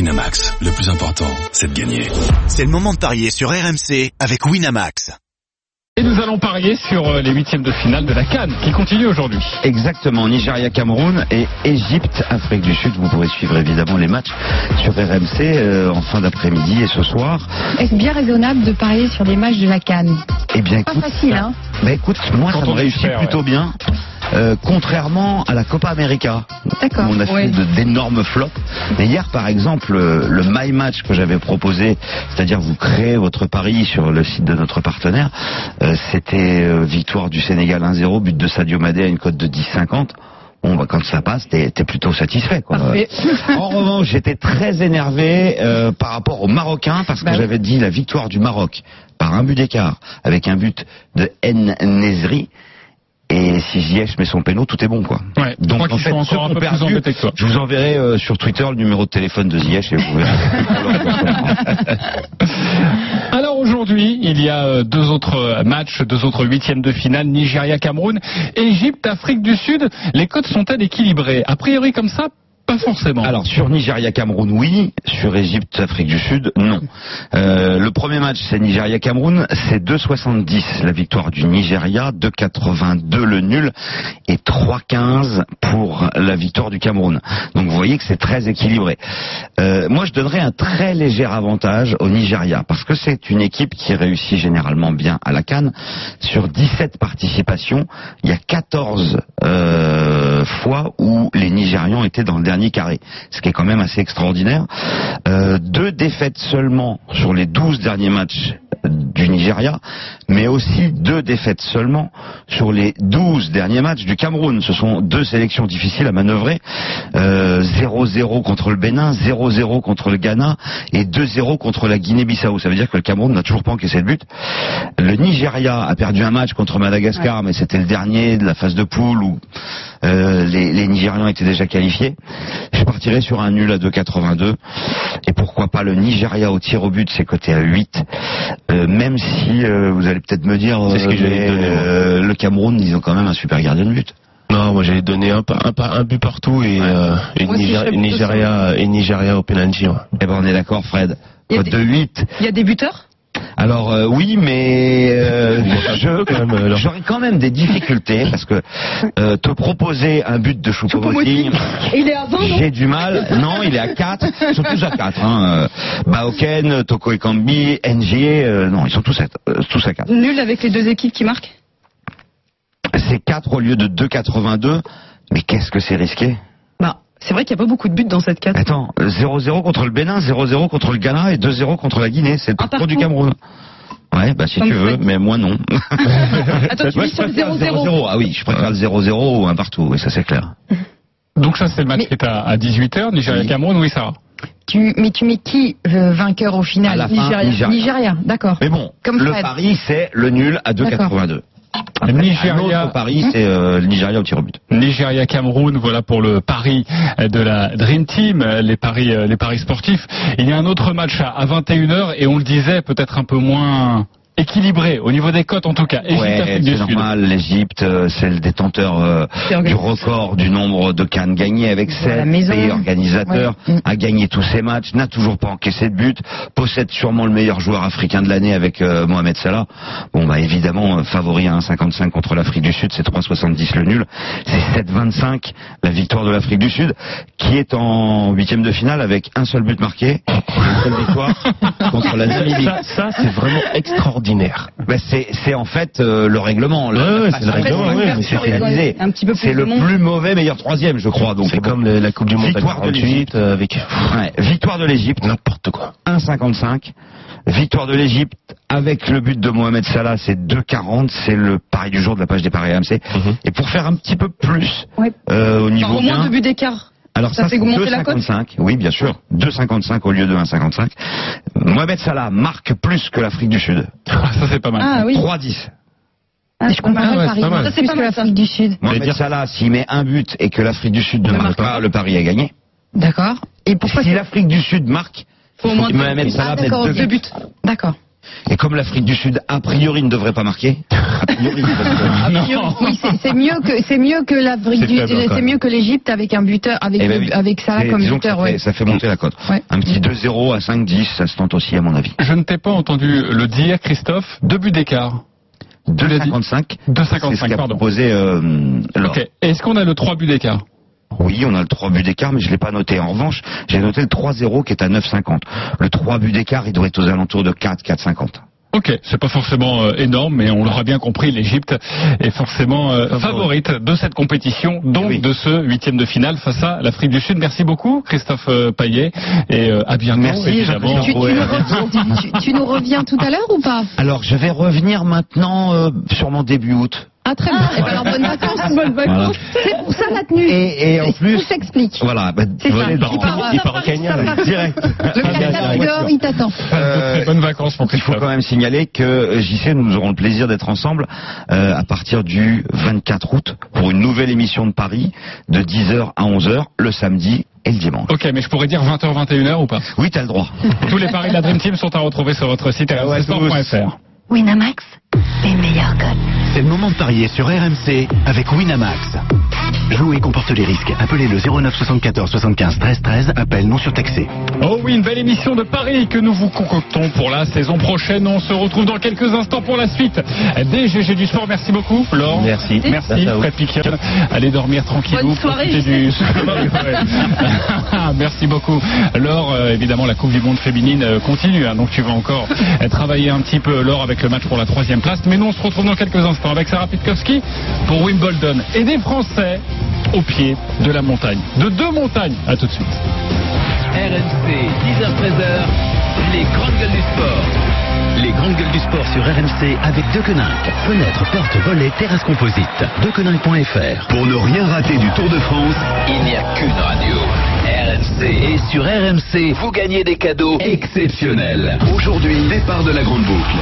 Winamax, le plus important, c'est de gagner. C'est le moment de parier sur RMC avec Winamax. Et nous allons parier sur euh, les huitièmes de finale de la Cannes qui continue aujourd'hui. Exactement, Nigeria, Cameroun et Égypte, Afrique du Sud. Vous pourrez suivre évidemment les matchs sur RMC euh, en fin d'après-midi et ce soir. Est-ce bien raisonnable de parier sur les matchs de la Cannes Eh bien, Pas écoute, facile, hein bah, écoute, moi Quand ça on me est réussit expert, plutôt bien. Euh, contrairement à la Copa América, où D'accord. on a ouais. fait de- d'énormes flops. Mais hier, par exemple, euh, le My Match que j'avais proposé, c'est-à-dire vous créez votre pari sur le site de notre partenaire, euh, c'était euh, victoire du Sénégal 1-0, but de Sadio Madé à une cote de 10,50. Bon, bah, quand ça passe, t'es t'es plutôt satisfait. Quoi. Parfait. En revanche, j'étais très énervé euh, par rapport aux Marocains parce que Bah oui. j'avais dit la victoire du Maroc par un but d'écart avec un but de Nesri. Et si Ziyech met son péno, tout est bon, quoi. Ouais, je crois qu'ils sont ceux encore un qui peu ont plus embêtés que toi. je vous enverrai euh, sur Twitter le numéro de téléphone de Ziyech et vous verrez. Alors aujourd'hui, il y a euh, deux autres euh, matchs, deux autres huitièmes de finale, Nigeria, Cameroun, Égypte, Afrique du Sud. Les codes sont-elles équilibrées A priori comme ça, pas forcément. Alors sur Nigeria Cameroun oui, sur Égypte Afrique du Sud non. Euh, le premier match c'est Nigeria Cameroun, c'est 2,70 la victoire du Nigeria, 2,82 le nul et 3,15 pour la victoire du Cameroun. Donc vous voyez que c'est très équilibré. Euh, moi je donnerais un très léger avantage au Nigeria parce que c'est une équipe qui réussit généralement bien à la Cannes. Sur 17 participations, il y a 14 euh, fois où les Nigérians étaient dans le dernier carré, ce qui est quand même assez extraordinaire. Euh, deux défaites seulement sur les 12 derniers matchs du Nigeria, mais aussi deux défaites seulement sur les 12 derniers matchs du Cameroun. Ce sont deux sélections difficiles à manœuvrer. Euh, 0-0 contre le Bénin, 0-0 contre le Ghana et 2-0 contre la Guinée-Bissau. Ça veut dire que le Cameroun n'a toujours pas encaissé de but. Le Nigeria a perdu un match contre Madagascar, mais c'était le dernier de la phase de poule où euh, les, les Nigérians étaient déjà qualifiés. Je partirai sur un nul à 2,82. Et pourquoi pas le Nigeria au tir au but, c'est coté à 8. Euh, même si euh, vous allez peut-être me dire, C'est ce que euh, j'allais mais, te donner, moi. euh, le Cameroun, ils ont quand même un super gardien de but. Non, moi j'avais donné un, pa- un, pa- un but partout et, euh, et Moi aussi, je Niger- serais et plutôt Nigeria, et Nigeria au penalty. ouais. Eh ben on est d'accord, Fred. Il y a Cote des- de 8. Il y a des buteurs Alors euh, oui, mais euh, je- quand même, euh, leur- j'aurais quand même des difficultés parce que euh, te proposer un but de Choupo-Moting, Il est à 20, non j'ai du mal. Non, il est à 4. Ils sont tous à 4. Hein. Euh, Baoken, Toko Ekambi, NG, euh, non, ils sont tous à, euh, tous à 4. Nul avec les deux équipes qui marquent C'est 4 au lieu de 2,82. Mais qu'est-ce que c'est risqué Bah, c'est vrai qu'il n'y a pas beaucoup de buts dans cette carte. Attends, euh, 0-0 contre le Bénin, 0-0 contre le Ghana et 2-0 contre la Guinée. C'est le Un parcours du partout. Cameroun. Ouais, bah si Donc, tu veux, c'est- mais moi non. Attends, tu Moi, lis je sur le préfère 0-0. Ah oui, je préfère le 0-0 ou un partout, oui, ça c'est clair. Donc ça c'est le match Mais- qui est à, 18h, Nigeria, Oui. Cameroun, oui Sarah. Tu, mais tu mets qui euh, vainqueur au final À la fin, Nigeria. d'accord. Mais bon, Comme le Fred. pari c'est le nul à 2,82. Après, Nigeria- Un autre pari c'est euh, le Nigeria au tir au but. Nigeria Cameroun, voilà pour le pari euh, de la Dream Team, euh, les paris euh, les paris sportifs. Il y a un autre match à- à 21h et on le disait peut-être un peu moins équilibré au niveau des cotes en tout cas. Égypte, Ouais, Afrique du c'est Sud. normal. L'Égypte, euh, c'est le détenteur euh, C'est du organisé. record du nombre de cannes gagnées avec Ils jouent à la 7 maison. pays organisateurs, Ouais. Mm. a gagné tous ses matchs, n'a toujours pas encaissé de but, possède sûrement le meilleur joueur africain de l'année avec euh, Mohamed Salah. Bon, bah évidemment, euh, favori à 1,55 contre l'Afrique du Sud, c'est 3,70 le nul, c'est 7,25 la victoire de l'Afrique du Sud, qui est en huitième de finale avec un seul but marqué, et une seule victoire contre la Namibie. Ça, ça, c'est vraiment extraordinaire. Ben, c'est, c'est en fait euh, le règlement. Le- Ouais, ouais, c'est le la façon règlement, dont ouais, c'est mais c'est- organisé. Un petit peu plus C'est de le monde. plus mauvais meilleur troisième, je crois. Donc C'est comme le- la Coupe du Monde à Victoire de 48 euh, avec pff, Ouais, victoire de l'Égypte, n'importe quoi. 1,55. Victoire de l'Égypte avec le but de Mohamed Salah, c'est 2,40. C'est le pari du jour de la page des paris AMC. Mhm. Et pour faire un petit peu plus Ouais. euh, au niveau Enfin, au moins gain, deux buts d'écart. alors Ça ça, fait c'est monter la cote 2,55. Oui, bien sûr. 2,55 au lieu de 1,55. Mohamed Salah marque plus que l'Afrique du Sud. Ah, ça c'est pas mal. Ah oui. 3,10. Ah, je comprends ah, pas ouais, le c'est pari. pas mal. Ça, c'est Plus pas que mal, l'Afrique l'Afrique du Sud. Mohamed Salah, s'il met un but et que l'Afrique du Sud ne marque pas, le pari est gagné. D'accord. Et pourquoi si l'Afrique du Sud marque, Faut au moins Mohamed deux buts. Salah Ah, met d'accord, deux ok. Deux buts. buts. D'accord. Et comme l'Afrique du Sud, a priori, ne devrait pas marquer. A priori, parce que- Ah, non. Oui, c'est- c'est mieux que c'est mieux que l'Afrique C'est du faible, quand c'est même. mieux que l'Égypte avec un buteur avec Eh ben le- oui. avec Salah Et comme disons que buteur. ça, fait, Ouais. ça fait monter la cote. Ouais. Un petit 2-0 à 5-10, ça se tente aussi, à mon avis. Je ne t'ai pas entendu le dire, Christophe. Deux buts d'écart. Tu l'as dit. 2,55. C'est ce 2,55, qu'a pardon. proposé euh, Laure. Ok. Est-ce qu'on a le 3 buts d'écart Oui, on a le 3 buts d'écart, mais je l'ai pas noté. En revanche, j'ai noté le 3-0 qui est à 9,50. Le 3 buts d'écart, il doit être aux alentours de 4, 4,50. Ok, c'est pas forcément euh, énorme, mais on l'aura bien compris, l'Égypte est forcément euh, favorite de cette compétition, donc Eh oui. de ce huitième de finale face à l'Afrique du Sud. Merci beaucoup, Christophe euh, Payet, et euh, à bientôt. Merci, évidemment. Jean-Christophe. Tu, tu Ouais. nous reviens, tu- tu nous reviens tout à l'heure ou pas Alors, je vais revenir maintenant, euh, sûrement début août. Ah très bien. Eh ben, alors bonnes vacances. Voilà. C'est pour ça la tenue. Et, et en Tout plus, s'explique. voilà, bah, C'est ça. venez Il dans- part- Il part au Kenya, là. direct. Ah, Le Qatar dehors, il t'attend. Euh, Très bonnes vacances pour Il faut Christophe. quand même signaler que euh, JC, nous aurons le plaisir d'être ensemble euh, à partir du 24 août pour une nouvelle émission de Paris de 10h à 11h le samedi et le dimanche. Ok, mais je pourrais dire 20h, 21h ou pas Oui, t'as le droit. Tous les paris de la Dream Team sont à retrouver sur votre site Ah ouais, rmcsport.fr. Winamax, les meilleurs codes. C'est le moment de parier sur RMC avec Winamax. Jouer comporte les risques. Appelez le 09 74 75 13 13. Appel non surtaxé. Oh oui, une belle émission de Paris que nous vous concoctons pour la saison prochaine. On se retrouve dans quelques instants pour la suite des GG du sport. Merci beaucoup, Laure. Merci. Merci, Merci à vous. Fred Piquion. Allez dormir tranquillou. Bonne soirée, profitez du- Ouais. Merci beaucoup. Laure, euh, évidemment, la Coupe du Monde féminine euh, continue. hein, donc tu vas encore euh, travailler un petit peu, Laure, avec le match pour la troisième place. Mais nous, on se retrouve dans quelques instants avec Sarah Pitkowski pour Wimbledon. Et des Français au pied de la montagne. De deux montagnes. À tout de suite. RMC, 10h-13h, les grandes gueules du sport. Les grandes gueules du sport sur RMC avec Dequeninck. Fenêtres, portes, volets, terrasses composites. Dequeninck.fr. Pour ne rien rater du Tour de France, Il n'y a qu'une radio. RMC. Et sur RMC, vous gagnez des cadeaux exceptionnels. aujourd'hui, départ de la grande boucle.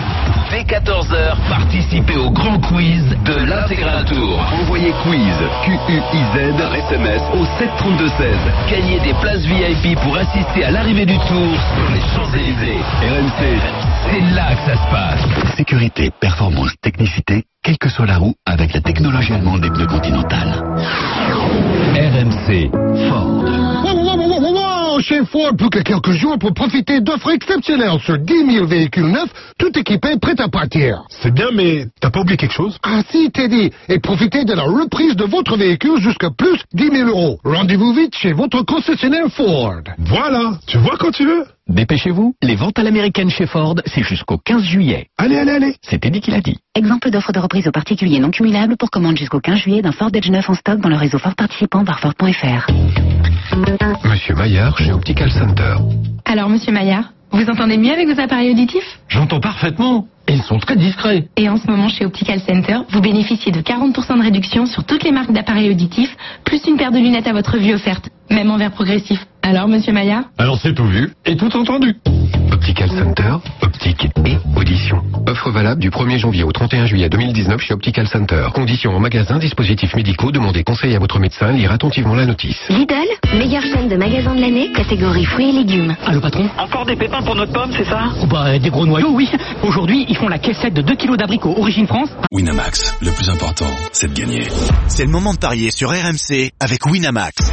Dès 14h, participez au grand quiz de l'intégral tour. Envoyez quiz QUIZ par SMS Au 732-16, gagnez des places VIP pour assister à l'arrivée du tour sur les Champs-Élysées. RMC, c'est là que ça se passe. Sécurité, performance, technicité, quelle que soit la roue, avec la technologie allemande des pneus continentales. RMC. Ford. Wow, wow, wow, wow, wow, wow, Chez Ford, plus que quelques jours pour profiter d'offres exceptionnelles sur 10 000 véhicules neufs, tout équipés, prêts à partir. C'est bien, mais t'as pas oublié quelque chose Ah si, Teddy, et profitez de la reprise de votre véhicule jusqu'à plus 10 000 euros. Rendez-vous vite chez votre concessionnaire Ford. Voilà, tu vois quand tu veux. Dépêchez-vous, les ventes à l'américaine chez Ford, c'est jusqu'au 15 juillet. Allez, allez, allez. C'était dit qu'il a dit. Exemple d'offre de reprise aux particuliers non cumulables pour commande jusqu'au 15 juillet d'un Ford Edge 9 en stock dans le réseau Ford participant par Ford.fr. Monsieur Maillard, chez Optical Center. Alors, monsieur Maillard, vous entendez mieux avec vos appareils auditifs J'entends parfaitement. Et ils sont très discrets. Et en ce moment, chez Optical Center, vous bénéficiez de 40% de réduction sur toutes les marques d'appareils auditifs, plus une paire de lunettes à votre vue offerte, même en verre progressif. Alors, monsieur Maillard Alors c'est tout vu et tout entendu. Optical Center, optique et audition. Offre valable du 1er janvier au 31 juillet 2019 chez Optical Center. Conditions en magasin, dispositifs médicaux, demandez conseil à votre médecin, lire attentivement la notice. Lidl, meilleure chaîne de magasins de l'année, catégorie fruits et légumes. Ah, le patron Encore des pépins pour notre pomme, c'est ça Bah, des gros noyaux, oui. Aujourd'hui, ils font la caissette de 2 kilos d'abricots Origine France. Winamax, le plus important, c'est de gagner. C'est le moment de parier sur RMC avec Winamax.